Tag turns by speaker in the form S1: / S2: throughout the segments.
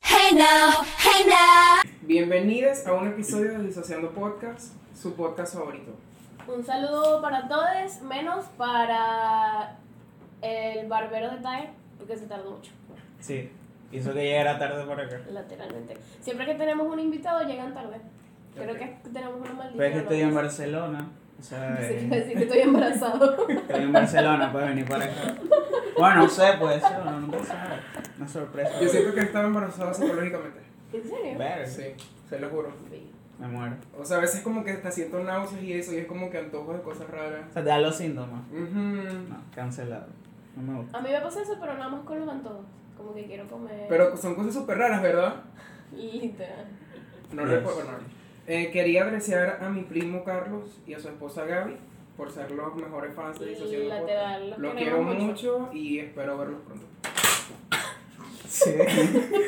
S1: Hey now, hey now.
S2: Bienvenidos a un episodio de Disociando Podcast, su podcast favorito.
S3: Un saludo para todos, menos para el barbero de Tyre, porque se tardó mucho,
S4: Sí, pienso que llegará tarde por acá.
S3: lateralmente. Siempre que tenemos un invitado, llegan tarde. Creo
S2: Ok.
S3: que tenemos una maldición.
S4: Pero es que
S3: ¿no?
S4: estoy en Barcelona. O sea,
S3: Pensé que
S4: eh,
S3: iba a decir que estoy embarazado.
S4: estoy en Barcelona, puedes venir para acá. Bueno, no sé, puede ser, no, nunca sabes. Una sorpresa.
S2: Yo siento que estaba embarazada psicológicamente.
S3: ¿En serio?
S4: Ver,
S2: Sí, se lo juro.
S4: Me muero.
S2: O sea, a veces como que hasta siento náuseas y eso, y es como que antojos de cosas raras.
S4: O sea, te da los síntomas.
S2: Ujú.
S4: No, cancelado. No me gusta.
S3: A mí me pasa eso, pero nada más con los antojos. Como que quiero comer.
S2: Pero son cosas súper raras, ¿verdad?
S3: Literal.
S2: No
S4: Yes.
S2: recuerdo, no. Eh, quería apreciar a mi primo Carlos y a su esposa Gaby por ser los mejores fans de Disociando Podcast.
S3: Lateral. Los
S2: Lo quiero
S3: queremos
S2: mucho y espero verlos pronto.
S4: Sí.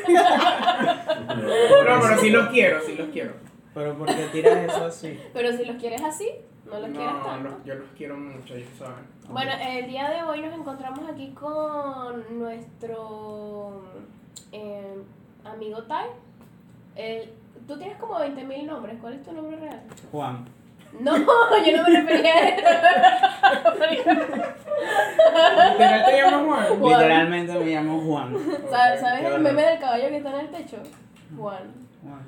S2: No, pero sí los quiero, sí los quiero.
S4: Pero ¿por qué tiras eso así?
S3: Pero si los quieres así, no los quieras
S2: No,
S3: tanto.
S2: los- yo los quiero mucho, ellos saben.
S3: Bueno, el día de hoy nos encontramos aquí con nuestro eh, amigo Tai. El- tú tienes como 20.000 nombres, ¿cuál es tu nombre real?
S4: Juan.
S3: No, yo no me refería a eso.
S2: Literal te llamas Juan.
S3: Juan.
S4: Literalmente me llamo Juan.
S3: ¿Sabes,
S4: qué
S3: sabes el
S4: horror.
S3: meme del caballo que está en el techo?
S4: Mm.
S3: Juan.
S4: Juan.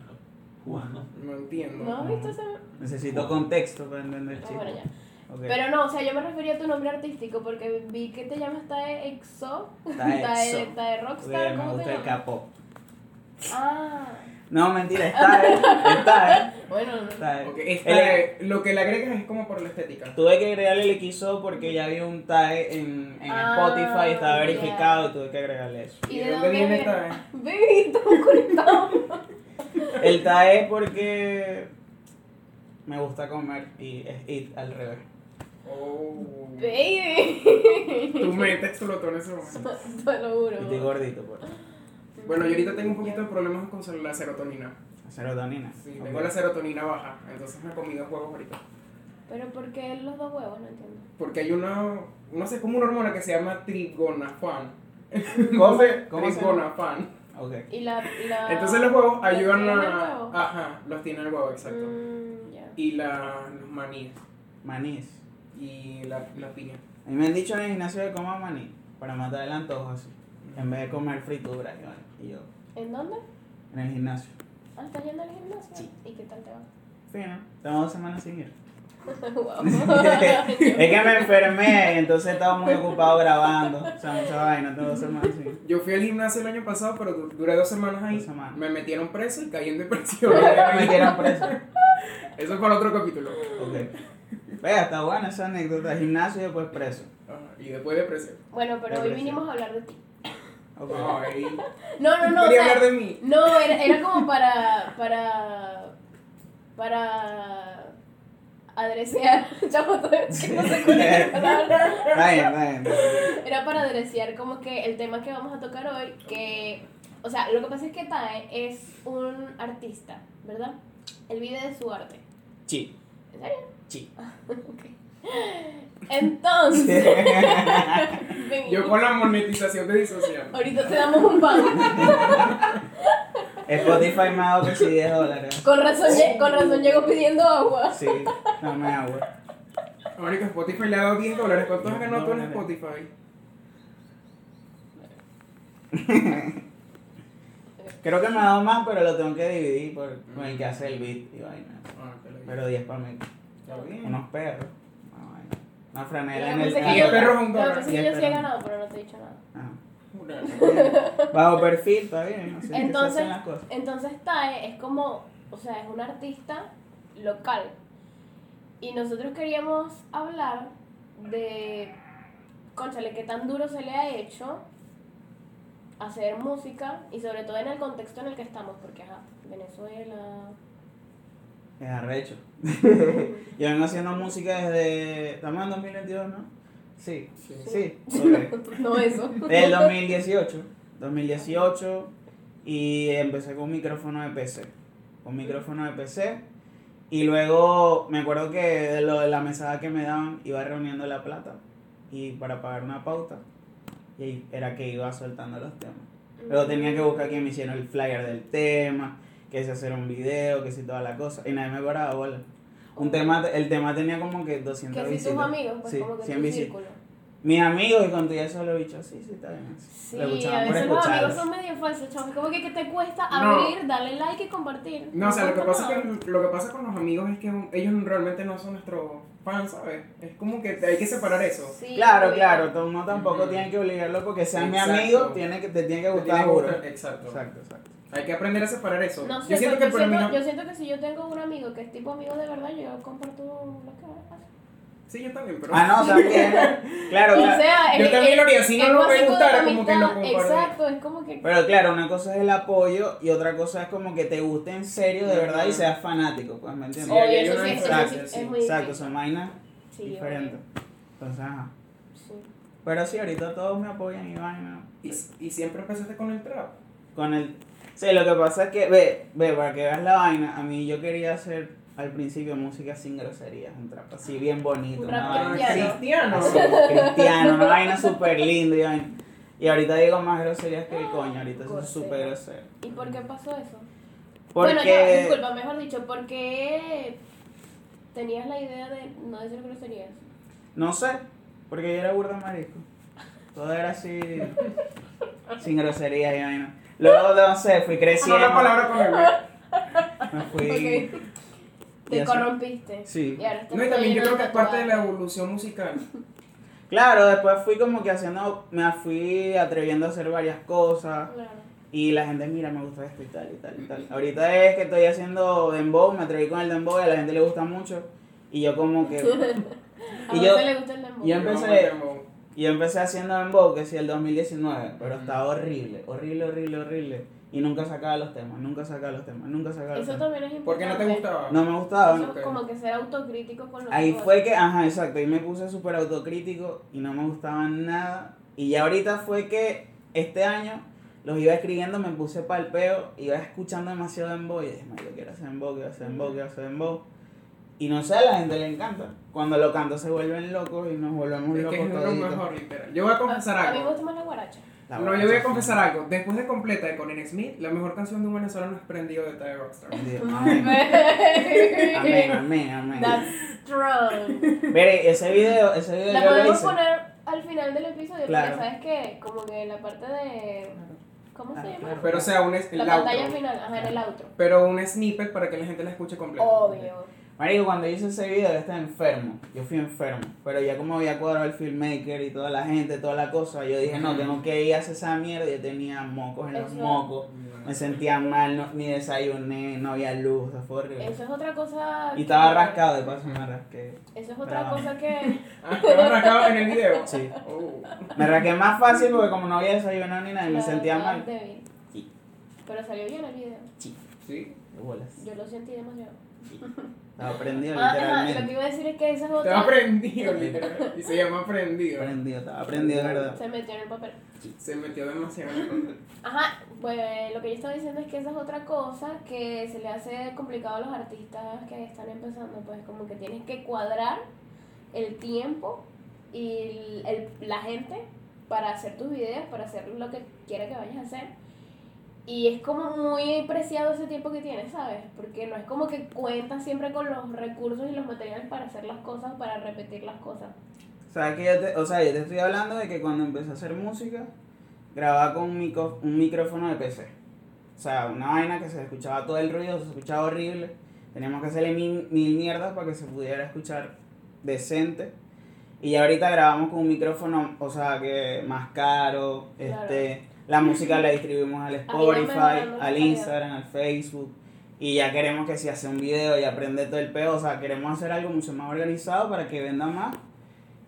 S4: Juan.
S2: No entiendo.
S3: ¿No has visto ese meme?
S4: Necesito contexto para entender el
S3: Ah,
S4: chico.
S3: bueno, ya.
S4: Ok.
S3: Pero no, o sea, yo me refería a tu nombre artístico porque vi que te llamas Tae Exo.
S4: Tae Exo.
S3: Tae Rockstar.
S4: me
S3: ¿Cómo te
S4: gusta el
S3: llamas?
S4: capo.
S3: Ah,
S4: No, mentira, está, eh, está, eh,
S3: bueno, no.
S4: está. eh.
S2: Ok, esta-
S4: El-
S2: lo que le agregas es como por la estética.
S4: tuve que agregarle el XO porque ya había un tag en, en
S3: Ah,
S4: Spotify, estaba
S3: ya.
S4: verificado y tuve que agregarle eso.
S3: ¿Y de dónde
S2: viene
S3: viene?
S2: esta?
S3: Baby, estamos conectados.
S4: El tag es porque me gusta comer y es it al revés.
S2: Oh.
S3: Baby.
S2: Tu mente explotó en ese momento.
S3: Te lo
S4: Y estoy
S3: juro.
S4: gordito, pues. por eso.
S2: Bueno, yo ahorita tengo un poquito de problemas con ser- la serotonina.
S4: Serotonina.
S2: Sí,
S4: Ok.
S2: tengo la serotonina baja, entonces me he comido huevos ahorita.
S3: Pero ¿por qué los dos huevos? No entiendo.
S2: Porque hay una, no sé, como una hormona que se llama trigonafan.
S4: ¿Cómo? ¿Cómo se llama?
S2: Trigonafan.
S4: Ok.
S3: Y la. la
S2: Entonces los huevos
S3: Ah, ¿Los
S2: ayudan
S3: tiene el
S2: a...
S3: huevo?
S2: Ajá, los tiene el huevo, exacto.
S3: Mm, ya.
S2: Y la, los maníes.
S4: Manís.
S2: Y la, la piña.
S4: A mí me han dicho en el gimnasio que coma maní para matar el antojo así. En vez de comer fritura y vaina. y yo,
S3: ¿En dónde?
S4: en el gimnasio.
S3: Ah, ¿estás yendo al gimnasio?
S4: Sí.
S3: ¿Y qué tal te va?
S4: Fino, tengo dos semanas sin ir.
S3: Guau.
S4: es que me enfermé y entonces estaba muy ocupado grabando. O sea, mucha vaina, tengo dos semanas sin ir.
S2: Yo fui al gimnasio el año pasado, pero du- duré dos semanas ahí.
S4: Dos semanas.
S2: Me metieron preso y caí en depresión.
S4: Me metieron preso.
S2: Eso es para otro capítulo.
S4: Ok. Vea, está buena esa anécdota. Gimnasio y después preso.
S2: Ajá, Y después depresión.
S3: Bueno, pero hoy
S4: Depresión.
S3: vinimos a hablar de ti.
S4: Ok.
S2: Ay,
S3: No, no, no. o
S2: quería
S3: sea,
S2: hablar de mí.
S3: No, era, era como para. para. para. adresear. Chamo, todavía no sé cuál es la palabra.
S4: Está bien, está bien.
S3: Era para adresear como que el tema que vamos a tocar hoy, que. O sea, lo que pasa es que Tae es un artista, ¿verdad? Él vive de su arte.
S4: Chi.
S3: ¿En serio?
S4: Chi.
S3: Ok. Entonces. ven,
S2: Yo con la monetización de disociando.
S3: Ahorita te damos un pan.
S4: Spotify me ha dado que sí 10 dólares.
S3: Con razón, lle- con razón llego pidiendo agua.
S4: Sí, no me agua.
S2: Ahorita Spotify le ha dado 10 dólares. ¿Cuánto has ganado tú en Spotify?
S4: Creo que me ha dado más, pero lo tengo que dividir por, con el que hace el beat y vaina.
S2: Ah, te lo digo.
S4: Pero 10 para mí.
S2: Está bien.
S4: Unos perros. Una vaina. Una franela en
S3: Yo
S4: el
S3: pensé
S2: Y
S3: que
S2: el
S3: yo-
S2: perro es un
S3: no, pensé que yo sí he
S4: dólar.
S3: ganado, pero no te he dicho nada.
S4: Ajá.
S2: Una-
S4: Bajo perfil, está bien. así que se
S3: Entonces-
S4: hacen las cosas.
S3: Entonces Tae es como, o sea, es un artista local. Y nosotros queríamos hablar de, conchale, qué tan duro se le ha hecho hacer música y sobre todo en el contexto en el que estamos, porque ajá, Venezuela...
S4: Es arrecho. Yo vengo haciendo música desde. Estamos en 2022, ¿no? Sí.
S2: Sí.
S4: Sí. ok.
S3: no eso.
S4: Desde el 2018. 2018. Y empecé con un micrófono de PC. Con micrófono de PC. Y luego me acuerdo que de lo de la mesada que me daban, iba reuniendo la plata. Y para pagar una pauta. Y ahí era que iba soltando los temas. Luego tenía que buscar quién me hiciera el flyer del tema, que si hacer un video, que si toda la cosa. Y nadie me paraba bola. Un tema, el tema tenía como que 200
S3: Que si
S4: visitas.
S3: tus amigos, pues
S4: Sí,
S3: como que
S4: 100
S3: tu
S4: visitas.
S3: círculo.
S4: Mis amigos, y cuando ya eso lo he dicho, sí, sí, está bien.
S3: Sí,
S4: Le
S3: a
S4: escuchaban por
S3: veces los amigos
S4: escucharlos.
S3: son medio falsos, chavos. Como que, que te cuesta
S2: No.
S3: abrir, darle like y compartir.
S2: No, o sea, lo que,
S3: cuesta
S2: pasa
S3: nada.
S2: es que, lo que pasa con los amigos es que ellos realmente no son nuestros fans, ¿sabes? Es como que hay que separar eso.
S3: Sí,
S4: Claro,
S3: obvio.
S4: claro, tú no tampoco
S2: Ujú.
S4: tiene que obligarlo porque sea mi
S2: Exacto.
S4: amigo, tiene que, te tiene que
S2: Te
S4: gustar,
S2: tiene que
S4: juro.
S2: gustar- Exacto.
S4: Exacto, exacto.
S2: Hay que aprender a separar eso.
S3: No sé,
S2: yo siento que
S3: yo,
S2: por lo
S3: siento,
S2: menos...
S3: yo siento que si yo tengo un amigo que es tipo amigo de verdad, yo comparto lo que hace.
S2: Sí, yo también, pero...
S4: Ah, no, también. claro,
S3: O
S4: claro.
S3: sea,
S2: Yo
S3: es-
S2: también lo haría, si
S3: es-
S2: no
S3: es
S2: lo me
S3: básico de
S2: gustara,
S3: la
S2: como que lo
S3: amistad,
S2: comparto.
S3: Exacto, es como que.
S4: Pero claro, una cosa es el apoyo y otra cosa es como que te guste en serio, de verdad, y
S2: Ujú.
S4: seas fanático, pues, ¿me entiendes?
S2: Sí, ahí
S3: Oye,
S2: hay
S3: eso
S2: una
S3: sí, eso sí,
S4: diferencia,
S3: es
S2: sí.
S3: muy
S4: Exacto,
S3: difícil.
S4: son vainas
S3: Sí,
S4: diferentes. Entonces, ajá.
S3: oye, sí.
S4: Pero sí, ahorita todos me apoyan y vaina.
S2: Y, y siempre empezaste con el trap.
S4: Con el... Sí, lo que pasa es que, ve, ve, para que veas la vaina, a mí yo quería hacer al principio música sin groserías, un trap así bien bonito.
S3: Un
S4: una
S2: Ah,
S3: rap
S4: vaina
S3: cristiano.
S4: así,
S2: Cristiano.
S4: Así, cristiano, una vaina súper linda y vaina. Y ahorita digo más groserías que el coño, ahorita soy
S3: Grosero.
S4: súper grosero.
S3: ¿Y por qué pasó eso?
S4: Porque...
S3: Bueno, ya, disculpa, mejor dicho, ¿por qué tenías la idea de no decir groserías?
S4: No sé, porque yo era burda marico. Todo era así, sin groserías y vaina. Luego, no sé, fui
S2: no
S4: creciendo.
S2: la palabra con el güey.
S4: Me fui...
S3: Ok.
S4: y
S3: Te
S4: así.
S3: corrompiste.
S4: Sí.
S3: Y ahora estás
S2: No, y también yo
S3: lleno
S2: creo
S3: de
S2: que es parte de la
S3: tatuajes.
S2: evolución musical.
S4: Claro, después fui como que haciendo, me fui atreviendo a hacer varias cosas.
S3: Claro.
S4: Y la gente, mira, me gusta esto y tal y tal y tal. Ahorita es que estoy haciendo dembow, me atreví con el dembow y a la gente le gusta mucho. Y yo como que...
S3: A
S4: Y yo-
S3: José le gusta el dembow.
S4: yo
S2: Yo
S4: empecé-
S2: me llamo-
S4: Y yo empecé haciendo dembow que sí el 2019, pero
S2: Ujú.
S4: estaba horrible, horrible, horrible, horrible. Y nunca sacaba los temas, nunca sacaba los temas, nunca sacaba los
S3: Eso
S4: temas.
S3: también es importante.
S2: ¿Por qué no te gustaba?
S4: No me gustaba.
S3: Eso
S2: Ok.
S3: como que ser autocrítico con lo
S4: Ahí
S3: que
S4: fue
S3: haces.
S4: que, ajá, exacto, ahí me puse súper autocrítico y no me gustaba nada. Y ya ahorita fue que este año los iba escribiendo, me puse palpeo, iba escuchando demasiado dembow y dije, "Marico, quiero hacer dembow, quiero hacer dembow, quiero hacer dembow. Y no sé, a la gente le encanta. Cuando lo canto se vuelven locos y nos volvemos
S2: Es que
S4: locos
S2: es lo
S4: toditos.
S2: mejor, literal. Yo voy a confesar
S3: A, a mí me
S2: algo.
S3: gusta más la guaracha.
S4: La
S2: No,
S4: verdad,
S2: yo voy a
S4: sí.
S2: confesar algo. Después de completa de Conan Smith, la mejor canción de un venezolano es Prendido de Ty Rockstar.
S4: Dios, amén. Amén, amén, amén.
S3: That's strong.
S4: Mire, ese video, ese video
S3: La
S4: yo lo
S3: podemos
S4: hice.
S3: poner al final del episodio
S4: Claro.
S3: porque sabes que como que en la parte de ¿cómo
S4: Claro,
S3: se llama?
S4: claro.
S2: Pero o sea, un es- el
S3: La pantalla
S2: outro.
S3: final, ajá, en el outro.
S2: Pero un snippet para que la gente la escuche completa.
S3: Obvio.
S4: Marico, cuando hice ese video yo estaba enfermo. Yo fui enfermo. Pero ya como había cuadrado el filmmaker y toda la gente, toda la cosa, yo dije, no, tengo que ir a hacer esa mierda. Yo tenía mocos en los
S3: Eso.
S4: mocos. Me sentía mal, no- ni desayuné, no había luz, eso fue horrible.
S3: Eso es otra cosa.
S4: Y
S3: que-
S4: estaba rascado, de paso me rasqué.
S3: Eso es otra
S4: Brava.
S3: cosa que
S2: Ah, ¿te vas rascado en el video?
S4: Sí.
S2: Oh.
S4: Me rasqué más fácil porque como no había desayunado ni nada, y me
S3: la
S4: sentía
S3: verdad,
S4: mal.
S3: débil.
S4: Sí.
S3: Pero salió bien el video.
S2: Sí.
S4: De bolas.
S3: Yo lo sentí demasiado.
S4: Estaba prendido
S3: Ah, ajá, lo que
S4: literalmente.
S3: iba a decir es que esa es
S2: Estaba
S3: otra.
S2: prendido, literal. Y se llama Prendido.
S4: Prendido, estaba prendido, de ¿verdad?
S3: Se metió en el papel.
S2: Se metió demasiado.
S3: Ajá, pues lo que yo estaba diciendo es que esa es otra cosa que se le hace complicado a los artistas que están empezando, pues como que tienes que cuadrar el tiempo y el- el- la gente para hacer tus videos, para hacer lo que quiera que vayas a hacer. Y es como muy preciado ese tiempo que tienes, ¿sabes? Porque no es como que cuentas siempre con los recursos y los materiales para hacer las cosas, para repetir las cosas.
S4: O sea, que yo te, o sea, yo te estoy hablando de que cuando empecé a hacer música, grababa con un, mico- un micrófono de PC. O sea, una vaina que se escuchaba todo el ruido, se escuchaba horrible. Teníamos que hacerle mil, mil mierdas para que se pudiera escuchar decente. Y ya ahorita grabamos con un micrófono, o sea, que más caro.
S3: Claro.
S4: Este, La música la distribuimos al Spotify,
S3: mejorando la
S4: al
S3: calidad.
S4: Instagram, al Facebook. Y ya queremos que si hace un video y aprende todo el peo, o sea, queremos hacer algo mucho más organizado para que venda más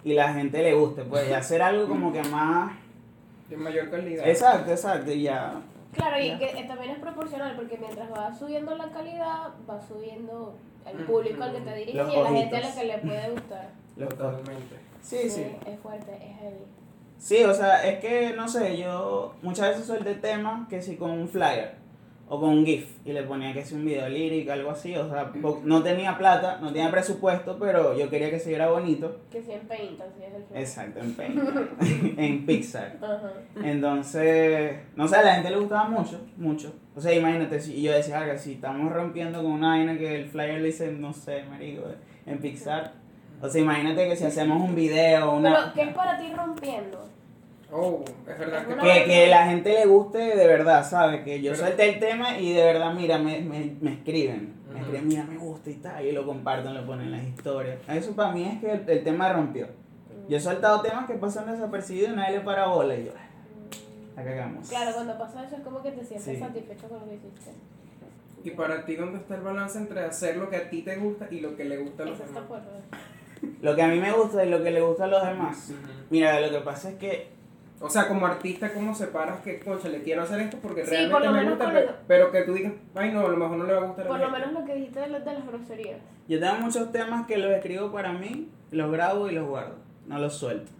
S4: y la gente le guste. Pues y hacer algo como que más...
S2: De mayor calidad.
S4: Exacto, exacto, y ya.
S3: Claro, y
S4: Ya.
S3: que eh, también es proporcional, porque mientras va subiendo la calidad, va subiendo el
S2: Ujú.
S3: público al que te dirige
S4: Los
S3: y a la gente a la
S4: ojitos.
S3: que le puede gustar.
S4: Los dos.
S2: Totalmente.
S4: Sí, sí.
S3: Es fuerte, es heavy.
S4: Sí, o sea, es que, no sé, yo muchas veces suelto temas que sí con un flyer. o con un GIF y le ponía que si un video lírico, algo así. O sea, po- no tenía plata, no tenía presupuesto, pero yo quería que se viera bonito.
S3: Que sí en Paint, así es el final.
S4: Exacto, en Paint, en Pixar.
S3: Ajá.
S4: Entonces, no sé, a la gente le gustaba mucho, mucho. O sea, imagínate, si, y yo decía, "Verga, si estamos rompiendo con una vaina que el flyer le dice, no sé, marico, en Pixar. O sea, imagínate que si hacemos un video, una...
S3: Pero, ¿qué es para ti rompiendo?
S2: Oh, es verdad que.
S4: Que, que la gente le guste de verdad, ¿sabes? Que yo suelte el tema y de verdad, mira, me, me, me escriben. Me
S2: Ujú.
S4: escriben, mira, me gusta y tal. Y lo comparten, lo ponen en las historias. Eso para mí es que el, el tema rompió.
S3: Mm.
S4: Yo he soltado temas que pasan desapercibidos y nadie le para bola. Y yo, "Ah, la cagamos.
S3: Claro, cuando pasa eso es como que te sientes
S4: Sí.
S3: satisfecho con lo que hiciste.
S2: Y para ti, ¿dónde está el balance entre hacer lo que a ti te gusta y lo que le gusta a los
S3: Eso está
S2: demás?
S3: fuerte.
S4: Lo que a mí me gusta y lo que le gusta a los demás.
S2: Ujú.
S4: Mira, lo que pasa es que
S2: O sea, como artista, ¿cómo separas que, concha, le quiero hacer esto porque
S3: Sí,
S2: realmente
S3: por lo
S2: me
S3: menos
S2: gusta,
S3: con
S2: pero,
S3: eso.
S2: pero que tú digas, ay, no, a lo mejor no le va a gustar a
S3: Por
S2: la
S3: lo
S2: gente"?
S3: menos lo que dijiste de, lo- de las groserías.
S4: yo tengo muchos temas que los escribo para mí, los grabo y los guardo. No los suelto.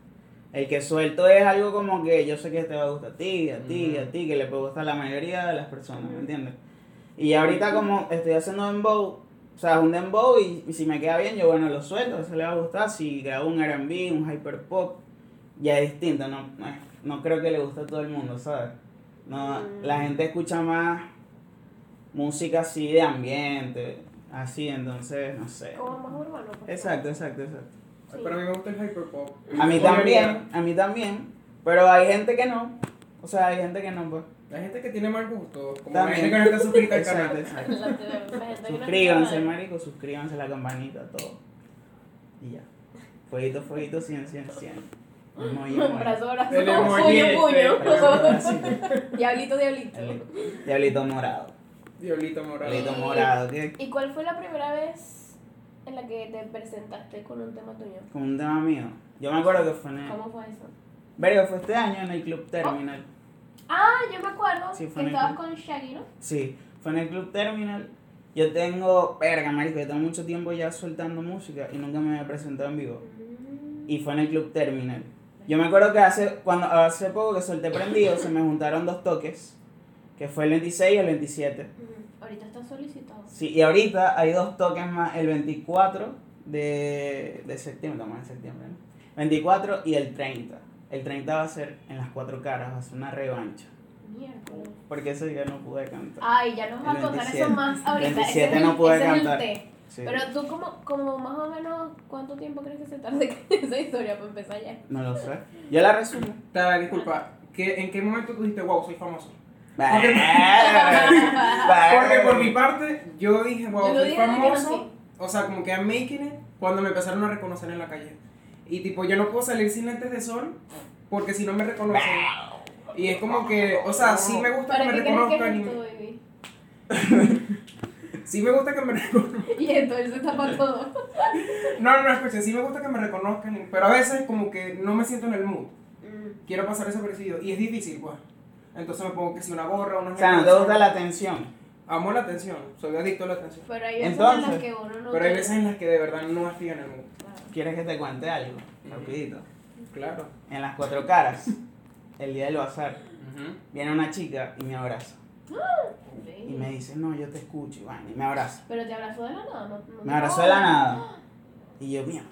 S4: El que suelto es algo como que yo sé que te va a gustar a ti, a ti, a ti, que le puede gustar a la mayoría de las personas, ¿me entiendes? Y ahorita como estoy haciendo dembow, o sea, un dembow y, y si me queda bien, yo bueno, lo suelto, eso le va a gustar. Si grabo un R&B, un hyper pop, ya es distinto, no, no, es- no creo que le guste a todo el mundo, ¿sabes? No,
S3: Mm.
S4: la gente escucha más música así de ambiente, así, entonces, no sé.
S3: Como más urbano. pues.
S4: Exacto, exacto, exacto.
S2: Ay, Pero a mí me gusta el hyperpop.
S4: A mí
S2: Obviamente,
S4: también, a mí también, pero hay gente que no, o sea, hay gente que no, pues.
S2: La gente que tiene mal gusto, como la
S4: También.
S2: gente que no está suscrita al
S4: Exacto,
S2: canal.
S4: exacto.
S3: La- la gente que no
S4: Suscríbanse,
S3: sabe.
S4: marico, suscríbanse a la campanita, todo. Y ya. Fueguito, fueguito, 100, 100, 100. No, yo
S3: Un brazo, brazo,
S2: El emoji,
S3: puño, puño.
S4: muero.
S3: Diablito, diablito.
S4: eh, Diablito morado.
S2: Diablito morado.
S4: Diablito
S3: Sí.
S4: morado, que
S3: ¿Y cuál fue la primera vez en la que te presentaste con un tema tuyo?
S4: como un tema mío. Yo me acuerdo que fue en el.
S3: ¿Cómo fue eso?
S4: Verga, fue este año en el Club Terminal.
S3: Ah, yo me acuerdo
S4: Sí, fue
S3: que
S4: en el
S3: estabas
S4: club.
S3: con Shaggy, ¿no?
S4: Sí, fue en el Club Terminal. Yo tengo. Verga, marico, yo tengo mucho tiempo ya soltando música y nunca me había presentado en vivo. y fue en el Club Terminal. Yo me acuerdo que hace, cuando, hace poco que solté prendido, se me juntaron dos toques, que fue el 26 y el 27.
S3: Mm, Ahorita está solicitado.
S4: Sí, y ahorita hay dos toques más, el 24 de, de septiembre, no, más de septiembre, ¿no? 24 y el 30. El 30 va a ser en las cuatro caras, va a ser una revancha,
S3: Miércoles.
S4: porque ese día no pude cantar.
S3: Ay, ya nos va a
S4: El
S3: contar
S4: 27.
S3: eso más ahorita.
S4: El
S3: Ese es
S4: 27 no pude
S3: ese es el
S4: cantar.
S3: té.
S4: Sí.
S3: Pero tú, como, como más o menos, ¿cuánto tiempo crees que se tarde en esa historia para empezar ya?
S4: No lo sé. Yo la resumo.
S2: Ta, disculpa, ¿qué- ¿en qué momento tú dijiste, wow, soy famoso?
S4: Ah,
S2: Porque por mi parte, yo dije, wow,
S3: Yo lo
S2: soy
S3: dije desde que
S2: famoso.
S3: nací.
S2: O sea, como que I'm making it cuando me empezaron a reconocer en la calle. Y tipo, yo no puedo salir sin lentes de sol porque si no me reconocen. Y es como que, o sea, sí me gusta que
S3: ¿Para
S2: me
S3: qué crees que
S2: reconozcan.
S3: es
S2: y-
S3: esto, baby?
S2: Sí me gusta que me reconozcan.
S3: Y entonces está para todo.
S2: No, no, escucha, sí me gusta que me reconozcan. y- Pero a veces como que no me siento en el mood.
S4: Mm.
S2: Quiero pasar desapercibido. Y es difícil, pues. Entonces me pongo que si una gorra, una...
S4: O sea, no te gusta la atención.
S2: Amo la atención. Soy adicto a la atención.
S3: Pero hay veces en las
S4: Entonces,
S3: que uno no. Ah,
S2: Pero hay
S3: tiene-
S2: veces en las que de verdad no estoy en el mood.
S3: Claro.
S4: ¿Quieres que te cuente algo? Rapidito.
S2: Claro.
S4: En las cuatro caras, el día del bazar, viene una chica y me abraza. Y me dice, no, yo te escucho, Iván. Y me abraza.
S3: Pero te abrazó de la nada, ¿no? no
S4: Me
S3: te-
S4: abrazó de la nada. Y yo, mira.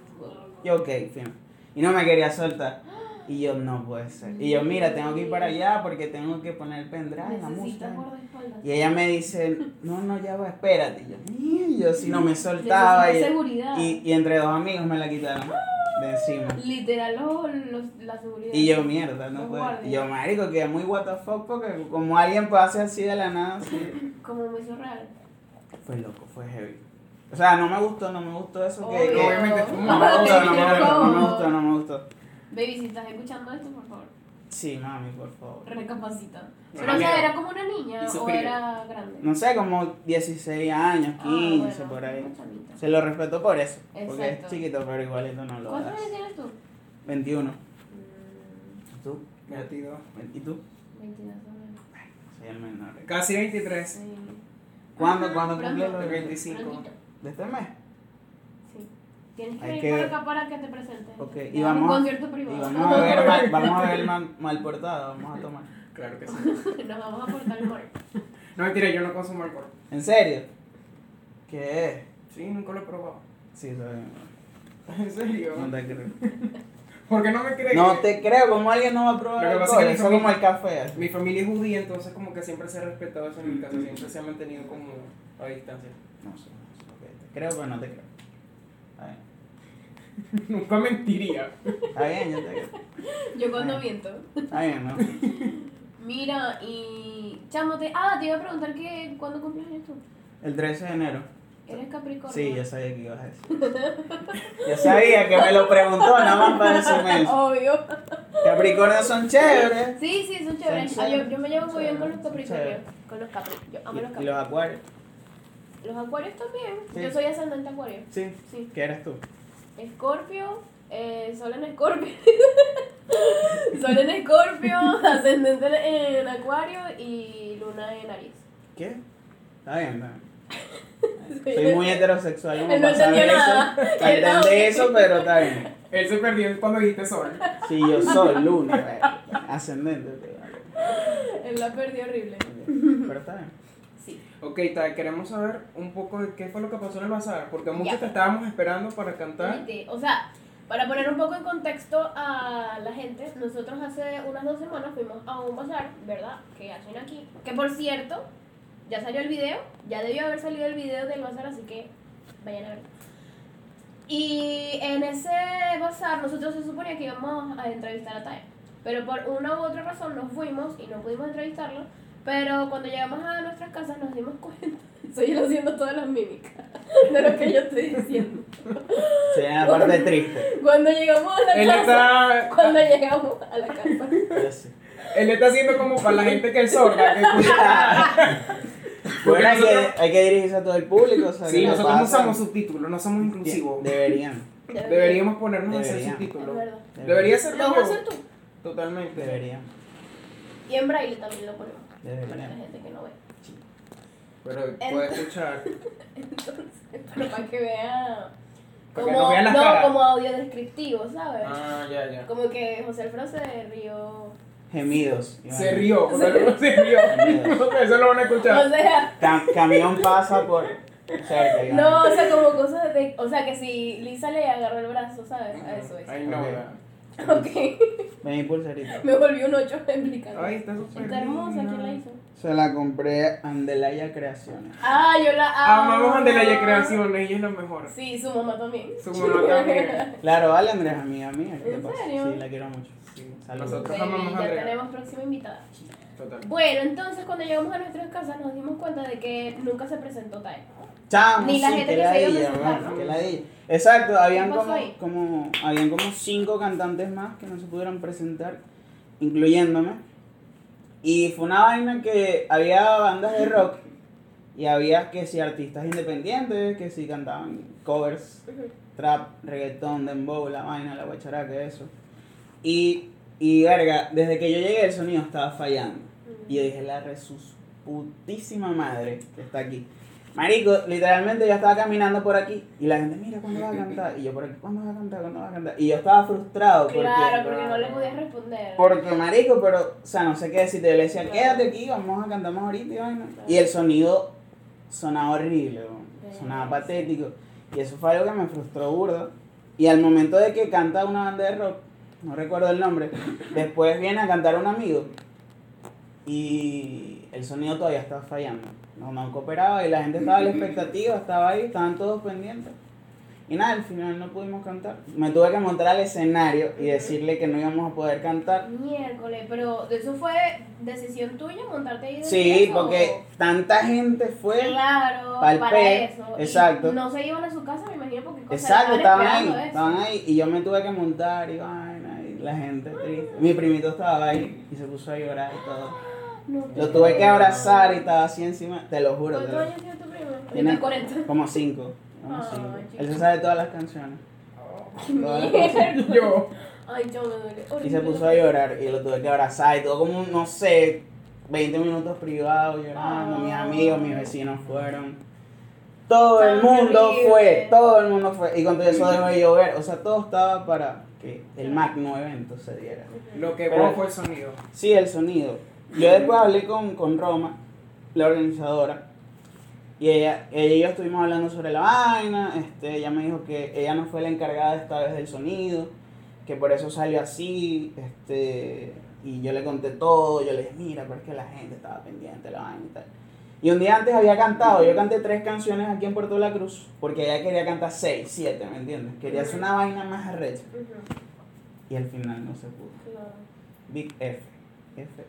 S4: Yo, ok, fin. Y no me quería soltar. Y yo, no puede ser. Y yo, mira, tengo que ir para allá porque tengo que poner el pendrive, la
S3: Necesitas
S4: música.
S3: guardaespaldas.
S4: Y ella me dice, no, no, ya va, espérate. Y yo, "Mierda", yo si no me soltaba.
S3: Necesitas
S4: Y,
S3: seguridad.
S4: y, y entre dos amigos me la quitaron de encima.
S3: Literal, los, los- la seguridad.
S4: Y yo, mierda, no
S3: Los
S4: puedo.
S3: guardias.
S4: Y yo, marico, que es muy what the fuck, porque como alguien pase así de la nada, así.
S3: Como muy surreal.
S4: Fue loco, fue heavy. O sea, no me gustó, no me gustó eso. Que, que-
S3: Obvio.
S2: Obviamente, tú
S4: No me gustó, no me gustó, no me
S3: Obvio.
S4: gustó, no me gustó.
S3: Baby, si estás escuchando esto, por favor,
S4: Sí, mami, por favor.
S3: recapacita.
S2: No,
S3: Pero, o sea,
S2: amigo.
S3: ¿era como una niña
S2: Y
S3: o
S2: suscríbete.
S3: era grande? Ah,
S4: No sé, como 16 años, 15,
S3: bueno,
S4: por ahí.
S3: una chamita.
S4: Se lo respeto por eso. Porque es
S3: Exacto.
S4: chiquito, pero igualito no lo
S3: ¿Cuántos
S4: das.
S3: años tienes tú?
S4: 21.
S3: Mm,
S4: ¿Y tú?
S2: Metido.
S4: ¿Y tú?
S3: 22 años.
S4: Soy el menor.
S2: Casi 23.
S3: Sí.
S4: ¿Cuándo,
S3: Ajá,
S4: cuándo
S3: pronto.
S4: cumple los
S2: El
S4: 20?
S2: 25.
S3: Prontito,
S4: ¿De este mes?
S3: Sí. Tienes que
S4: Hay
S3: venir
S4: que-
S3: por acá para que te presentes.
S4: Ok, y
S3: Te hago
S4: vamos
S3: Un
S4: a-
S3: concierto
S4: Y
S3: privado.
S4: vamos a ver, mal, vamos a ver mal, mal portado, vamos a tomar.
S2: Claro que sí.
S3: Nos vamos a portar mal.
S2: No mentira, yo no consumo alcohol.
S4: ¿En serio? ¿Qué?
S2: Sí, nunca lo he probado.
S4: Sí, sabemos.
S2: En serio.
S4: No te creo.
S2: ¿Por qué no me crees?
S4: No te creo, como alguien no va a probar
S2: Lo que pasa
S4: alcohol?
S2: es que
S4: Eso
S2: son-
S4: como el café.
S2: Mi familia es judía, entonces como que siempre se ha respetado eso en mi casa, siempre se ha mantenido como a distancia.
S4: No sé, no sé lo que te creo, pero no te creo. Está bien.
S2: Nunca mentiría.
S4: Está bien, yo te creo.
S3: Yo cuando miento.
S4: Está bien, ¿no?
S3: Mira, y. Chamo, te. Ah, te iba a preguntar que. ¿Cuándo cumples años tú?
S4: El 13 de enero.
S3: ¿Eres Capricornio?
S4: Sí, yo sabía que ibas a decir. Yo sabía que me lo preguntó nada más para decirme eso.
S3: Obvio.
S4: Capricornio son chéveres.
S3: Sí, sí, son chéveres.
S4: Son
S3: Ah, yo,
S4: chéveres,
S3: yo me llevo
S4: son
S3: muy bien con los
S4: chéveres, son
S3: Capricornios.
S4: chéveres.
S3: Con los Capri. Yo amo los
S4: Y, y
S3: Capri.
S4: los acuarios.
S3: Los Acuarios también.
S4: Sí.
S3: Yo soy ascendente Acuario.
S4: Sí.
S3: Sí.
S4: ¿Qué eres tú?
S3: Escorpio, eh, Sol en Escorpio. Sol en Escorpio, ascendente en, en Acuario y Luna en Aries.
S4: ¿Qué? Está bien, está bien. Soy muy heterosexual como
S3: Él no
S4: para saber
S3: entendió
S4: eso.
S3: nada.
S4: Para
S3: Él no.
S4: entender eso, pero está bien.
S2: Él se perdió cuando dijiste sol.
S4: Sí, yo soy lunes, güey. ascendente. güey.
S3: Él la perdió horrible.
S4: Pero está bien.
S3: Sí.
S2: Ok, ta, queremos saber un poco de qué fue lo que pasó en el bazar, porque muchos
S3: Ya.
S2: te estábamos esperando para cantar.
S3: Viste, O sea, para poner un poco en contexto a la gente, nosotros hace unas dos semanas fuimos a un bazar, ¿verdad? Que hacen aquí. Que por cierto, ya salió el video, ya debió haber salido el video del bazar, así que vayan a verlo. Y en ese bazar nosotros se suponía que íbamos a entrevistar a Tae, pero por una u otra razón nos fuimos y no pudimos entrevistarlo. Pero cuando llegamos a nuestras casas nos dimos cuenta, soy yo haciendo todas las mímicas de lo que yo estoy diciendo.
S4: Se viene la parte triste.
S3: Cuando llegamos a la
S2: Él
S3: casa.
S2: está,
S3: Cuando llegamos a la casa.
S4: Yo sí.
S2: él está haciendo como para la gente que es sorda. que escucha. Porque
S4: Bueno, hay
S2: nosotros-
S4: que, hay que dirigirse a todo el público. o sea,
S2: Sí,
S4: ¿qué le
S2: nosotros no
S4: pasa?
S2: usamos subtítulos, no somos inclusivos.
S4: Deberían.
S2: Deberíamos ponernos a hacer
S4: Deberían.
S2: subtítulos.
S3: Es verdad.
S2: Debería ser
S3: Lo vas a
S2: todo.
S3: hacer tú.
S2: Totalmente.
S4: Deberían.
S3: Y en braille también lo ponemos. Para la
S4: Deberían.
S3: gente que no ve.
S2: Pero puede escuchar.
S3: Entonces, pero para que vea.
S2: Para
S3: Como,
S2: que nos vean las
S3: no,
S2: caras.
S3: como audio descriptivo, ¿sabes?
S2: Ah, ya, ya.
S3: Como que José Alfredo se rió.
S4: Gemidos.
S2: Se
S4: Iván.
S2: rió, o sea, no se rió. Eso lo van a
S3: O
S2: escuchar.
S3: sea,
S4: Cam- camión pasa por cerca.
S2: eh,
S4: Iván.
S3: no, o sea, como cosas de. O sea, que si Lisa le agarró el brazo, ¿sabes? A eso es.
S2: Ay, no,
S4: Ok.
S2: ya.
S3: Ok,
S4: Ven mi pulserita.
S3: me volví un 8 explicando.
S2: Ay, está súper
S3: Está hermosa,
S2: linda.
S3: ¿quién la hizo?
S4: Se la compré a Andelaya Creaciones.
S3: Ah, yo la amo.
S2: Amamos a Andelaya Creaciones, ella es la mejor.
S3: Sí, su mamá también.
S2: Su mamá también.
S4: Claro, vale, Andrés, amiga mía. ¿Qué te
S3: ¿En
S4: pasa?
S3: serio?
S4: Sí, la quiero mucho.
S2: Sí,
S4: Saludos.
S2: Nosotros
S3: Baby,
S2: amamos a
S3: ya
S2: Andrea.
S3: tenemos próxima invitada.
S2: Total.
S3: Bueno, entonces cuando llegamos a nuestras casas nos dimos cuenta de que nunca se presentó Tae.
S4: Chamo,
S3: Ni la
S4: sí,
S3: gente
S4: qué
S3: que se iba a
S4: ladilla,
S3: presentar,
S4: hermano,
S3: ¿no?
S4: qué ladilla. Exacto, habían
S3: pasó
S4: como,
S3: ahí?
S4: como, habían como cinco cantantes más que no se pudieron presentar, incluyéndome. Y fue una vaina que había bandas de rock y había que si artistas independientes, que si cantaban covers, trap, reggaetón, dembow, la vaina, la guacharaca, eso. Y, y verga, desde que yo llegué el sonido estaba fallando. Y yo dije, la resus putísima madre que está aquí. Marico, literalmente yo estaba caminando por aquí y la gente, mira, ¿cuándo vas a cantar? Y yo por aquí, ¿cuándo vas a cantar? ¿Cuándo vas a cantar? Y yo estaba frustrado porque,
S3: Claro, porque no le podías responder.
S4: porque marico, pero, o sea, no sé qué decirte. Yo le decía, quédate aquí, vamos a cantar más ahorita y vaina. Y el sonido sonaba horrible, weón. sonaba patético. Y eso fue algo que me frustró burda. Y al momento de que canta una banda de rock, no recuerdo el nombre, después viene a cantar un amigo y el sonido todavía estaba fallando. No, no cooperaba y la gente estaba a la expectativa, estaba ahí, estaban todos pendientes. Y nada, al final no pudimos cantar. Me tuve que montar al escenario y decirle que no íbamos a poder cantar.
S3: Miércoles, pero eso fue decisión tuya montarte ahí de
S4: Sí,
S3: eso?
S4: porque tanta gente fue.
S3: Claro,
S4: pa'l
S3: para
S4: pe,
S3: eso. Y
S4: exacto.
S3: no se iban a su casa, me imagino, porque cosas
S4: Exacto, estaban ahí,
S3: esperando eso.
S4: estaban ahí. Y yo me tuve que montar y vaina, y la gente triste. Mi primito estaba ahí y se puso a llorar y todo.
S3: No te
S4: Lo tuve que
S3: creo.
S4: abrazar y estaba así encima. Te lo juro. te
S3: ¿Cuántos
S4: lo-
S3: años tiene tu primo?
S4: Tiene
S3: Ahorita 40.
S4: como cinco. Como
S3: Ay,
S4: cinco.
S3: chiquito.
S4: Él se sabe todas las canciones. Todas las canciones.
S3: Miércoles.
S2: Yo.
S3: Ay, yo me duele.
S4: Y
S3: horrible.
S4: se puso a llorar y lo tuve que abrazar y todo como, no sé, 20 minutos privados llorando. Mis
S3: Ah.
S4: amigos, mis vecinos fueron. Todo el
S3: Tan
S4: mundo
S3: horrible.
S4: fue, todo el mundo fue. Y cuando eso dejó de llover, o sea, todo estaba para que el magno evento se diera.
S2: Lo que
S4: Pero-
S2: vos fue el sonido.
S4: Sí, el sonido. Yo después hablé con, con Roma la organizadora. Y ella, ella y yo estuvimos hablando sobre la vaina. Este, ella me dijo que ella no fue la encargada esta vez del sonido, que por eso salió así. Este, y yo le conté todo. Yo le dije, mira, pero es que la gente estaba pendiente de la vaina y tal. Y un día antes había cantado, yo canté tres canciones aquí en Puerto de la Cruz, porque ella quería cantar seis, siete, ¿me entiendes? Quería hacer una vaina más arrecha. Y al final no se pudo. Big F. F, F, F.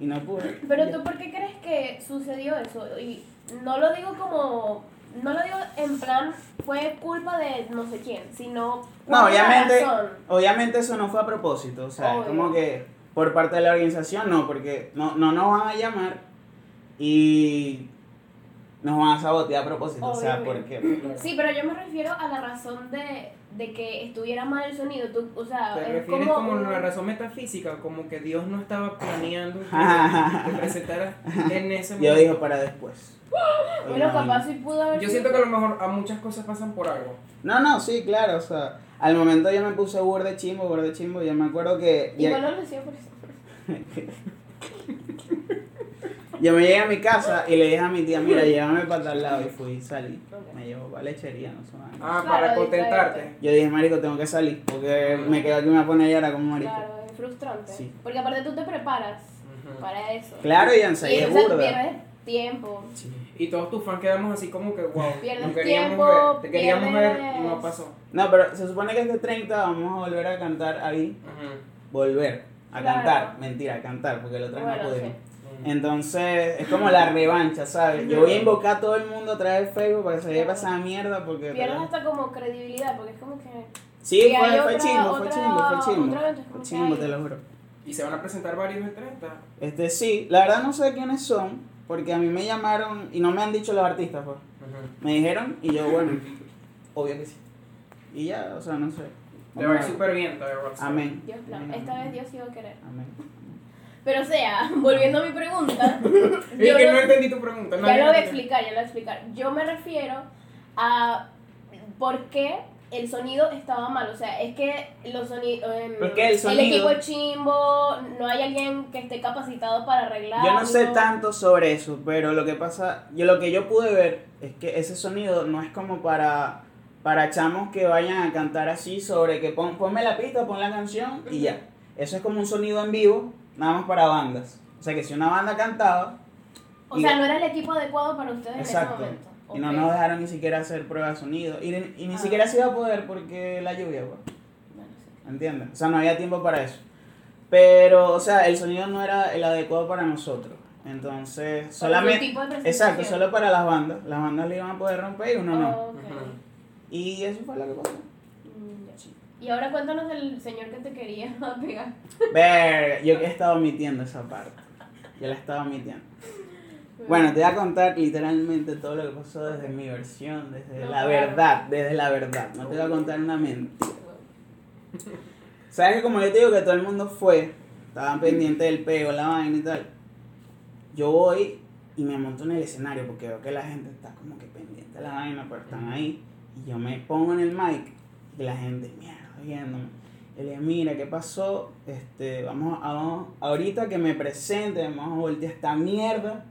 S4: Y no pude.
S3: Pero tú, ¿por qué crees que sucedió eso? Y no lo digo como. No lo digo en plan, fue culpa de no sé quién, sino.
S4: No,
S3: ¿cuál es la
S4: obviamente,
S3: razón?
S4: obviamente eso no fue a propósito. O sea, es
S3: Obvio.
S4: como que por parte de la organización no, porque no, no nos van a llamar y nos van a sabotear a propósito. O sea,
S3: Obviamente.
S4: porque.
S3: Sí, pero yo me refiero a la razón de, de que estuviera mal el sonido. Tú, o sea,
S2: ¿Te
S3: Ah, es
S2: refieres
S3: como.
S2: como a una razón metafísica? Como que Dios no estaba planeando que te presentaras en ese
S4: Yo
S2: momento.
S4: digo para después.
S3: Bueno, capaz sí pudo haber.
S2: Yo
S3: sido-
S2: siento que a lo mejor a muchas cosas pasan por algo.
S4: No, no, sí, claro. O sea, al momento yo me puse burde chimbo, burde chimbo. Yo me acuerdo que.
S3: Igual no lo decía por eso.
S4: Yo me llegué a mi casa y le dije a mi tía, mira, llévame para tal lado. Y fui, salí. Me llevó para lechería, no sé. nada.
S2: Ah, para
S3: Claro, distraerte.
S2: contentarte.
S4: Yo dije, marico, tengo que salir. Porque me quedo aquí me voy a poner y ahora como marico. Claro,
S3: Claro, es frustrante.
S4: Sí.
S3: Porque aparte tú te preparas
S2: Ujú.
S3: para eso.
S4: y
S3: y
S4: ensayé
S3: entonces
S4: burda.
S3: pierdes tiempo.
S2: Y todos tus fans quedamos así como que, wow,
S3: Pierdes
S2: no queríamos
S3: tiempo,
S2: ver, te queríamos ver,
S3: pierdes-
S2: no pasó.
S4: No, pero se supone que este 30 vamos a volver a cantar ahí.
S2: Ujú.
S4: Volver a
S3: Claro.
S4: cantar. Mentira, a cantar, porque el otro no
S3: Bueno,
S4: pudimos.
S3: sí.
S4: Entonces, es como la revancha, ¿sabes? Yo voy a invocar a todo el mundo a través de Facebook para que se lleve esa mierda porque...
S3: Pierdes hasta como credibilidad, porque es como que.
S4: Sí,
S3: Y
S4: fue,
S3: hay
S4: fue
S3: otra-
S4: chingo, fue
S3: otra-
S4: chingo, fue chingo.
S3: otra vez, es como
S4: Fue
S3: que
S4: chingo,
S3: hay-
S4: te lo juro.
S2: Y se van a presentar varios de 30.
S4: Este, sí, la verdad no sé quiénes son, porque a mí me llamaron y no me han dicho los artistas, pues.
S2: Ujú.
S4: Me dijeron y yo, bueno, obvio que sí. Y ya, o sea, no sé.
S2: Te va a ir
S4: Vamos a ver.
S2: súper bien, te va a ir bastante.
S4: Amén.
S3: Dios plan.
S4: Amén,
S3: Esta
S4: amén,
S3: vez Dios sí va a querer.
S4: Amén.
S3: Pero o sea, volviendo a mi pregunta.
S2: Es
S3: yo
S2: que
S3: no-
S2: no entendí tu pregunta. no
S3: Ya lo voy a
S2: entendí.
S3: explicar, ya lo voy a explicar. Yo me refiero a por qué el sonido estaba mal. O sea, es que los sonidos.
S4: ¿Por qué el sonido?
S3: equipo es chimbo, no hay alguien que esté capacitado para arreglar.
S4: Yo no sé tanto sobre eso, pero lo que pasa, yo lo que yo pude ver es que ese sonido no es como para para chamos que vayan a cantar así sobre que pon- ponme la pista, pon la canción y ya. Eso es como un sonido en vivo, nada más para bandas. O sea que si una banda cantaba,
S3: O sea, no era el equipo adecuado para ustedes
S4: exacto.
S3: en ese momento.
S4: Y no
S3: Ok.
S4: nos dejaron ni siquiera hacer prueba de sonido. Y, ni- y ni
S3: Ah.
S4: siquiera se iba a poder porque la lluvia, pues.
S3: Bueno, sí.
S4: ¿Entiendes? O sea, no había tiempo para eso. Pero, o sea, el sonido no era el adecuado para nosotros. Entonces,
S3: Otro
S4: solamente...
S3: tipo de presentación.
S4: Exacto, solo para las bandas. Las bandas le iban a poder romper y uno no.
S3: Ok.
S2: Ujú.
S4: Y eso fue lo que pasó.
S3: Mm, ya. Y ahora cuéntanos del señor que te quería pegar.
S4: Verga, yo he estado omitiendo esa parte. Yo la he estado omitiendo. Bueno, te voy a contar literalmente todo lo que pasó desde mi versión, desde
S3: No,
S4: la
S3: claro.
S4: verdad, desde la verdad. No te voy a contar una mentira. ¿Sabes que como yo te digo que todo el mundo fue? Estaban pendientes del pego, la vaina y tal. Yo voy y me monto en el escenario porque veo que la gente está como que pendiente de la vaina, pero están ahí. Y yo me pongo en el mic y la gente, mierda, viéndome. Yo le digo, mira, ¿qué pasó? Este, vamos a, vamos- ahorita que me presente, vamos a voltear esta mierda.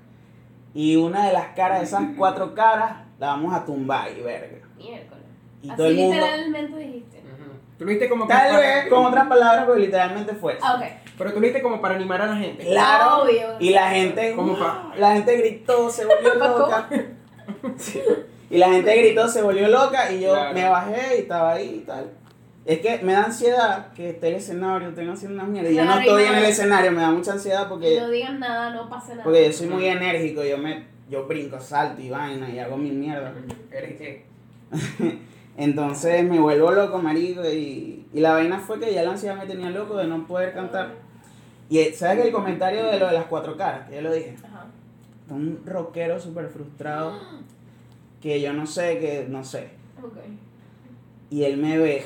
S4: Y una de las caras, de esas cuatro caras, la vamos a tumbar y verga.
S3: Miércoles.
S4: Y
S3: Así
S4: todo el mundo...
S3: literalmente dijiste.
S2: Ujú. Tú lo viste como que
S4: Tal
S2: para-
S4: vez, con otras palabras, pero literalmente fue eso.
S3: Ah, ok.
S2: Pero tú lo viste como para animar a la gente.
S4: Claro.
S3: Obvio.
S4: Y la gente, ¡ah!
S2: ¿Cómo pa?
S4: la gente gritó, se volvió
S3: ¿Pa'
S4: loca. Sí. Y la gente gritó, se volvió loca y yo
S2: Claro.
S4: me bajé y estaba ahí y tal. Es que me da ansiedad que esté el escenario, tengo haciendo unas mierdas. Y Yo no
S3: Claro, y
S4: estoy
S3: no-
S4: en el escenario, me da mucha ansiedad
S3: No
S4: porque,
S3: digan nada, no pasa nada.
S4: porque yo soy muy enérgico, yo me yo brinco, salto y vaina y hago mi mierda.
S2: Eres que.
S4: Entonces me vuelvo loco, marico, y, y la vaina fue que ya la ansiedad me tenía loco de no poder cantar. Y eh, sabes que el comentario de lo de las cuatro caras, que yo lo dije,
S3: Ajá.
S4: un rockero súper frustrado que yo no sé, que no sé.
S3: Ok.
S4: Y él me ve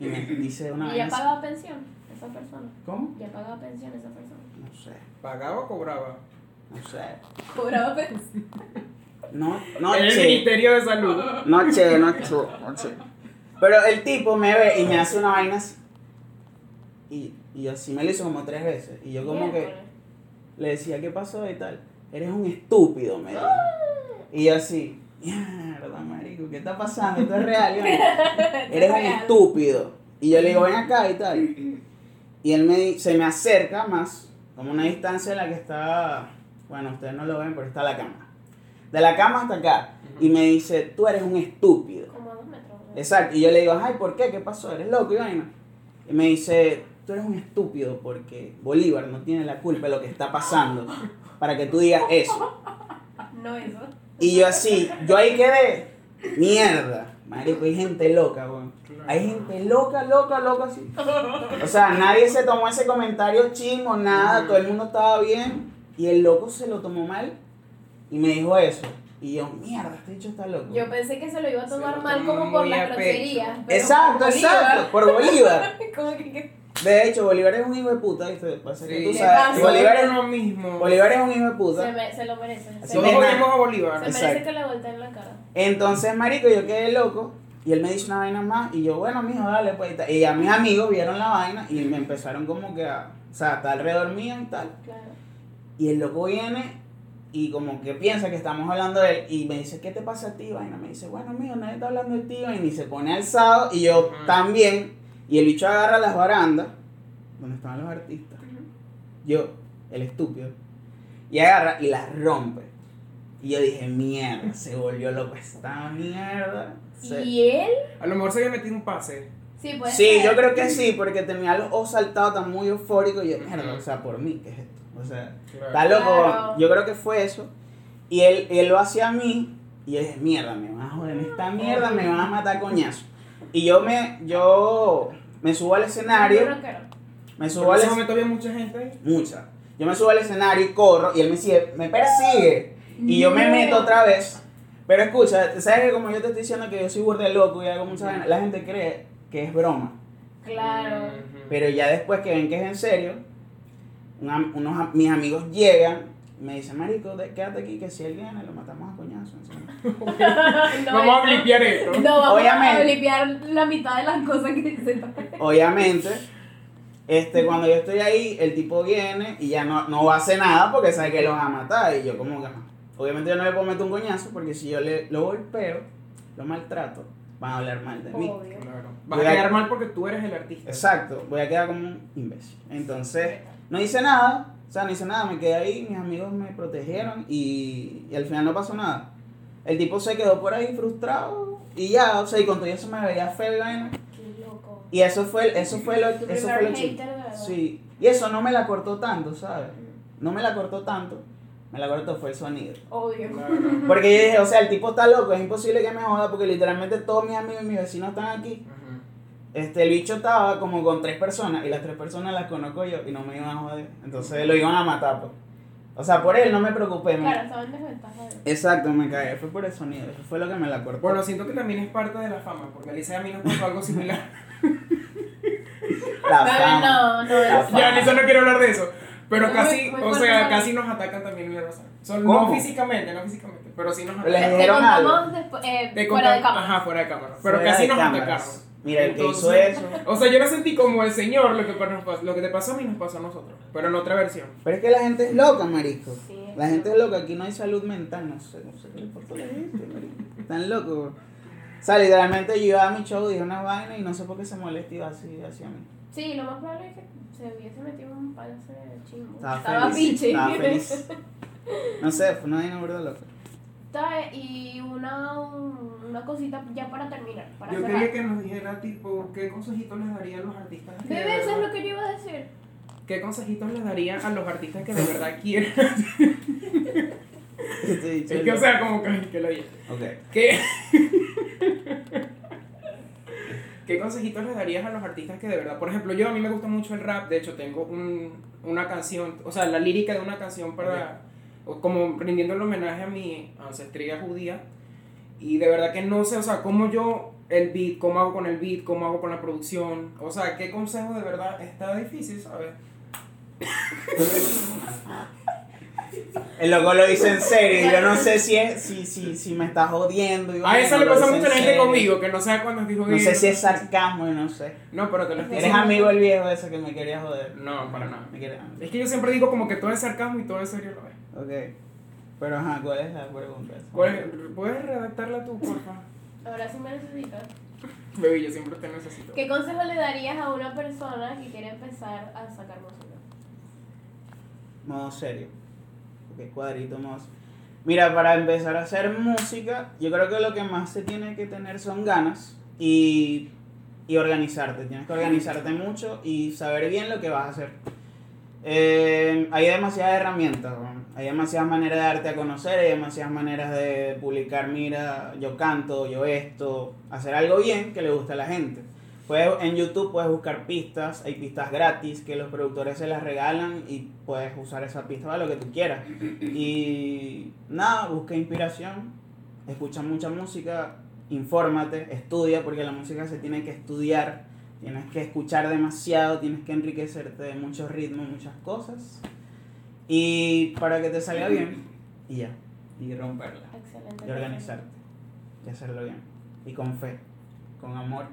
S4: y me dice una
S3: ¿Y ya
S4: vez.
S3: pagaba pensión esa persona?
S4: ¿Cómo?
S3: ¿Ya pagaba pensión esa persona?
S4: No sé,
S2: ¿Pagaba o cobraba?
S4: no sé.
S3: ¿Cobraba pensión?
S4: No,
S2: En el
S4: noche,
S2: Ministerio de Salud.
S4: noche, noche, noche. Pero el tipo me ve y me hace una vaina así. Y, y así me lo hizo como tres veces. Y yo como que
S3: Miércoles.
S4: le decía qué pasó y tal. eres un estúpido, me dijo.
S3: ¡Ah!
S4: Y yo así, mierda, marico, ¿qué está pasando? Esto es real, yo, Eres un
S3: real.
S4: estúpido. Y yo le digo, ven acá y tal. Y él me, di- se me acerca más, como una distancia en la que está, bueno, ustedes no lo ven, pero está la cama. De la cama hasta acá. Y me dice, tú eres un estúpido.
S3: Como a dos metros. ¿no?
S4: Exacto. Y yo le digo, ay, ¿por qué? ¿Qué pasó? ¿Eres loco? Y vaina. Y me dice, tú eres un estúpido porque Bolívar no tiene la culpa de lo que está pasando para que tú digas eso.
S3: No eso.
S4: Y yo así, yo ahí quedé, mierda. Marico, hay gente loca, weón. Hay gente loca, loca, loca, así. O sea, nadie se tomó ese comentario chingo, nada, todo el mundo estaba bien. Y el loco se lo tomó mal y me dijo eso. Y yo, mierda, este dicho está loco.
S3: Yo pensé que se lo iba a
S2: Se lo
S3: tomar
S2: tomó
S3: mal como por
S2: muy a
S3: las
S2: pecho.
S3: groserías. pero
S4: Exacto,
S3: por
S4: exacto, por Bolívar.
S3: Bolívar. Como que, que-
S4: De hecho, Bolívar es un hijo de puta, ¿viste? Pasa que
S2: Sí.
S4: tú
S3: Le
S4: sabes,
S3: pasa.
S4: Bolívar es,
S2: lo mismo.
S4: Bolívar es un hijo de
S3: se,
S4: puta.
S3: me- se lo merece.
S4: Así
S3: Se,
S2: Todos
S4: Nena.
S2: odiamos a
S3: se
S2: Bolívar.
S3: merece
S4: Exacto.
S3: que le volteen la cara.
S4: Entonces, marico, yo quedé loco y él me dice una vaina más y yo, bueno, mijo, dale, pues. y tal. Y ya mis amigos vieron la vaina y me empezaron como que a, o sea, está alrededor mío y tal.
S3: Claro.
S4: Y el loco viene y como que piensa que estamos hablando de él y me dice, ¿qué te pasa a ti, vaina? Me dice, bueno, mijo, nadie está hablando de ti, vaina. Y se pone alzado y yo
S2: Ujú.
S4: también. Y el bicho agarra las barandas donde estaban los artistas. Yo, el estúpido. Y agarra y las rompe. Y yo dije, mierda, se volvió loco esta mierda. Se-
S3: ¿Y él?
S2: A lo mejor se había metido un pase.
S3: Sí, puede
S4: Sí,
S3: ser.
S4: yo creo que sí, porque tenía los ojos saltados tan muy eufórico. Y yo, mierda, o sea, por mí, ¿qué es esto? O sea, está
S2: Claro.
S4: loco.
S3: Claro.
S4: Yo creo que fue eso. Y él, él lo hacía a mí. Y yo dije, mierda, me van a joder, esta mierda me van a matar coñazo. Y yo me, yo me subo al
S3: Muy
S4: escenario,
S3: rockero.
S4: me
S2: Pero En ese
S4: subo al escenario.
S2: momento había mucha gente ahí.
S4: Mucha. Yo me subo al escenario y corro y él me sigue, me persigue. Y yo me
S3: No.
S4: meto otra vez. Pero escucha, sabes que como yo te estoy diciendo que yo soy burde loco y hago mucha vaina, la gente cree que es broma.
S3: Claro.
S2: Ujú.
S4: Pero ya después que ven que es en serio, un am- unos, am- mis amigos llegan y me dicen, marico, de- quédate aquí que si él viene lo matamos a coñazo.
S3: No,
S2: Vamos a
S3: eso-
S2: blipear esto.
S3: No, vamos
S4: Obviamente.
S3: a limpiar la mitad de las cosas que dicen.
S4: Obviamente, este, cuando yo estoy ahí, el tipo viene y ya no, no hace nada porque sabe que lo va a matar. Y yo como que, no. obviamente yo no le puedo meter un coñazo porque si yo le, lo golpeo, lo maltrato, van a hablar mal de mí.
S3: Obvio.
S2: Claro. Vas a
S4: Voy a-
S2: quedar mal porque tú eres el artista.
S4: Exacto, voy a quedar como un imbécil. Entonces, no hice nada, o sea, no hice nada, me quedé ahí, mis amigos me protegieron y, y al final no pasó nada. El tipo se quedó por ahí frustrado y ya, o sea, y con todo eso me veía feo y vaina.
S3: Qué loco.
S4: Y eso fue, eso fue lo,
S3: Tu
S4: eso
S3: primer
S4: fue lo
S3: hater,
S4: chido.
S3: ¿verdad?
S4: Sí, y eso no me la cortó tanto, ¿sabes? No me la cortó tanto, me la cortó fue el sonido.
S3: Obvio.
S2: Claro.
S4: Porque yo dije, o sea, el tipo está loco, es imposible que me joda porque literalmente todos mis amigos y mis vecinos están aquí.
S2: Ujú.
S4: Este, el bicho estaba como con tres personas y las tres personas las conozco yo y no me iban a joder. Entonces lo iban a matar, pues. O sea, por él no me preocupé. me-
S3: Claro, estaban desventajas.
S4: Exacto, me cagué. Fue por el sonido. Eso fue lo que me la cortó.
S2: Bueno, siento que también es parte de la fama, porque Alicia a mí nos pasó algo similar.
S4: la
S3: No,
S4: fama.
S3: no, no.
S4: La
S3: no.
S4: fama.
S2: ya, Alicia no quiero hablar de eso. Pero
S3: Muy-
S2: casi,
S3: muy
S2: o
S3: fuerte
S2: sea,
S3: fama.
S2: casi nos atacan también en la raza. Son-
S4: ¿Cómo?
S2: No físicamente, no físicamente, pero sí nos
S4: Pero les
S2: atacan.
S3: Te
S4: dijeron algo.
S3: contamos después, eh,
S2: Te
S3: fuera de
S2: contan-
S3: cámara.
S2: Ajá, fuera de cámara. Pero
S4: Fuera
S2: casi
S4: de
S2: nos
S4: cámaras.
S2: atacaron.
S4: Mira, el que hizo
S2: Entonces-
S4: eso.
S2: O sea, yo lo sentí como el señor, lo que, nos pas- lo que te pasó a mí nos pasó a nosotros, pero en otra versión.
S4: Pero es que la gente es loca, marico.
S3: Sí, es
S4: la gente
S3: loca.
S4: es loca. Aquí no hay salud mental. No sé, no sé qué le importa a la gente, marico. Están locos. O sea, literalmente yo iba a mi show, dije una vaina y no sé por qué se molesta y iba así hacia mí.
S3: Sí, lo más probable es que se hubiese metido un palazo de chingo.
S4: Estaba, feliz.
S3: pinche.
S4: Estaba feliz. No sé, fue una vaina burda loca.
S3: Está- Y una, un- una cosita ya para terminar. Para
S2: Yo
S3: cerrar.
S2: quería que nos dijera, tipo, ¿qué consejitos les darían los artistas? que de
S3: Bebé, eso es
S2: verdad-
S3: lo que yo iba a decir.
S2: ¿Qué consejitos les darían a los artistas que de verdad quieren?
S4: Este bicho
S2: es que, o
S4: loco.
S2: sea, como que, que lo dije.
S4: Ok.
S2: ¿Qué? ¿Qué consejitos les darías a los artistas que de verdad, por ejemplo, yo a mí me gusta mucho el rap, de hecho tengo un, una canción, o sea, la lírica de una canción para, o como rindiendo el homenaje a mi ancestría judía, y de verdad que no sé, o sea, cómo yo el beat, cómo hago con el beat, cómo hago con la producción, o sea, qué consejo de verdad está difícil, ¿sabes?
S4: El loco lo dice en serio. y Yo no sé si, es, si, si, si me está jodiendo. y
S2: A
S4: bueno,
S2: eso le
S4: lo
S2: pasa
S4: dice
S2: mucho a la
S4: en
S2: gente
S4: serio.
S2: conmigo, que no sabe cuándo es judío.
S4: No sé si es sarcasmo y no sé.
S2: No, pero te lo estoy
S4: Eres
S2: diciendo.
S4: amigo el viejo ese que me quería joder.
S2: No, para nada.
S4: Me quería.
S2: Es que yo siempre digo como que todo es sarcasmo y todo es serio lo es.
S4: Ok. Pero ajá, ¿cuál es la pregunta?
S2: ¿Cuál- ¿Puedes redactarla tú, porfa?
S3: Ahora sí me necesitas.
S2: Baby, yo siempre te necesito.
S3: ¿Qué consejo le darías a una persona que quiere empezar a sacar música?
S4: Modo serio. Ok, cuadrito modo serio. Mira, para empezar a hacer música, yo creo que lo que más se tiene que tener son ganas y, y organizarte. Tienes que organizarte mucho y saber bien lo que vas a hacer. Eh, hay demasiadas herramientas, ¿no? hay demasiadas maneras de darte a conocer, hay demasiadas maneras de publicar, mira, yo canto, yo esto, hacer algo bien que le guste a la gente. Puedes, en YouTube puedes buscar pistas, hay pistas gratis que los productores se las regalan y puedes usar esa pista para lo que tú quieras. Y nada, busca inspiración, escucha mucha música, infórmate, estudia, porque la música se tiene que estudiar, tienes que escuchar demasiado, tienes que enriquecerte de muchos ritmos, muchas cosas. Y para que te salga bien, y ya, y romperla,
S3: Excelente.
S4: y organizarte, y hacerlo bien, y con fe, con amor.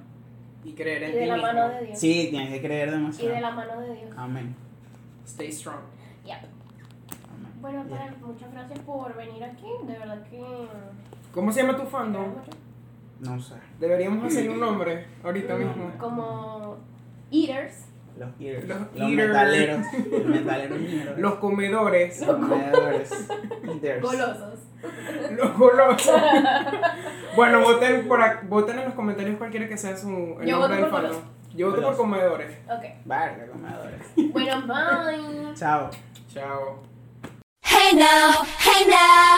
S2: Y creer en
S3: Y
S2: ti
S3: de la
S2: mismo.
S3: mano de Dios.
S4: Sí, Ah. tienes que creer
S3: Y de
S4: demasiado.
S3: la mano de Dios.
S4: Amén.
S2: Stay strong.
S3: Ya.
S4: Amén.
S3: Bueno,
S4: Ya.
S3: Karen, muchas gracias por venir aquí. De verdad que.
S2: ¿Cómo se llama tu fandom?
S4: No sé.
S2: Deberíamos hacer un nombre ahorita mismo.
S3: Como Eaters.
S4: Los eaters.
S2: Los
S4: los
S2: eaters.
S4: metaleros. Los metaleros. mierda.
S2: Los comedores.
S4: Los comedores. Eaters.
S3: Golosos.
S2: Los golosos. bueno, voten, por ac- voten en los comentarios cualquiera que sea su el nombre
S3: Yo voto
S2: del
S3: por
S2: fandom. Yo voto por
S4: Golosos.
S2: comedores.
S3: Ok.
S4: Verga, comedores.
S3: Bueno, bye.
S4: Chao.
S2: Chao.
S1: Hey now, hey now.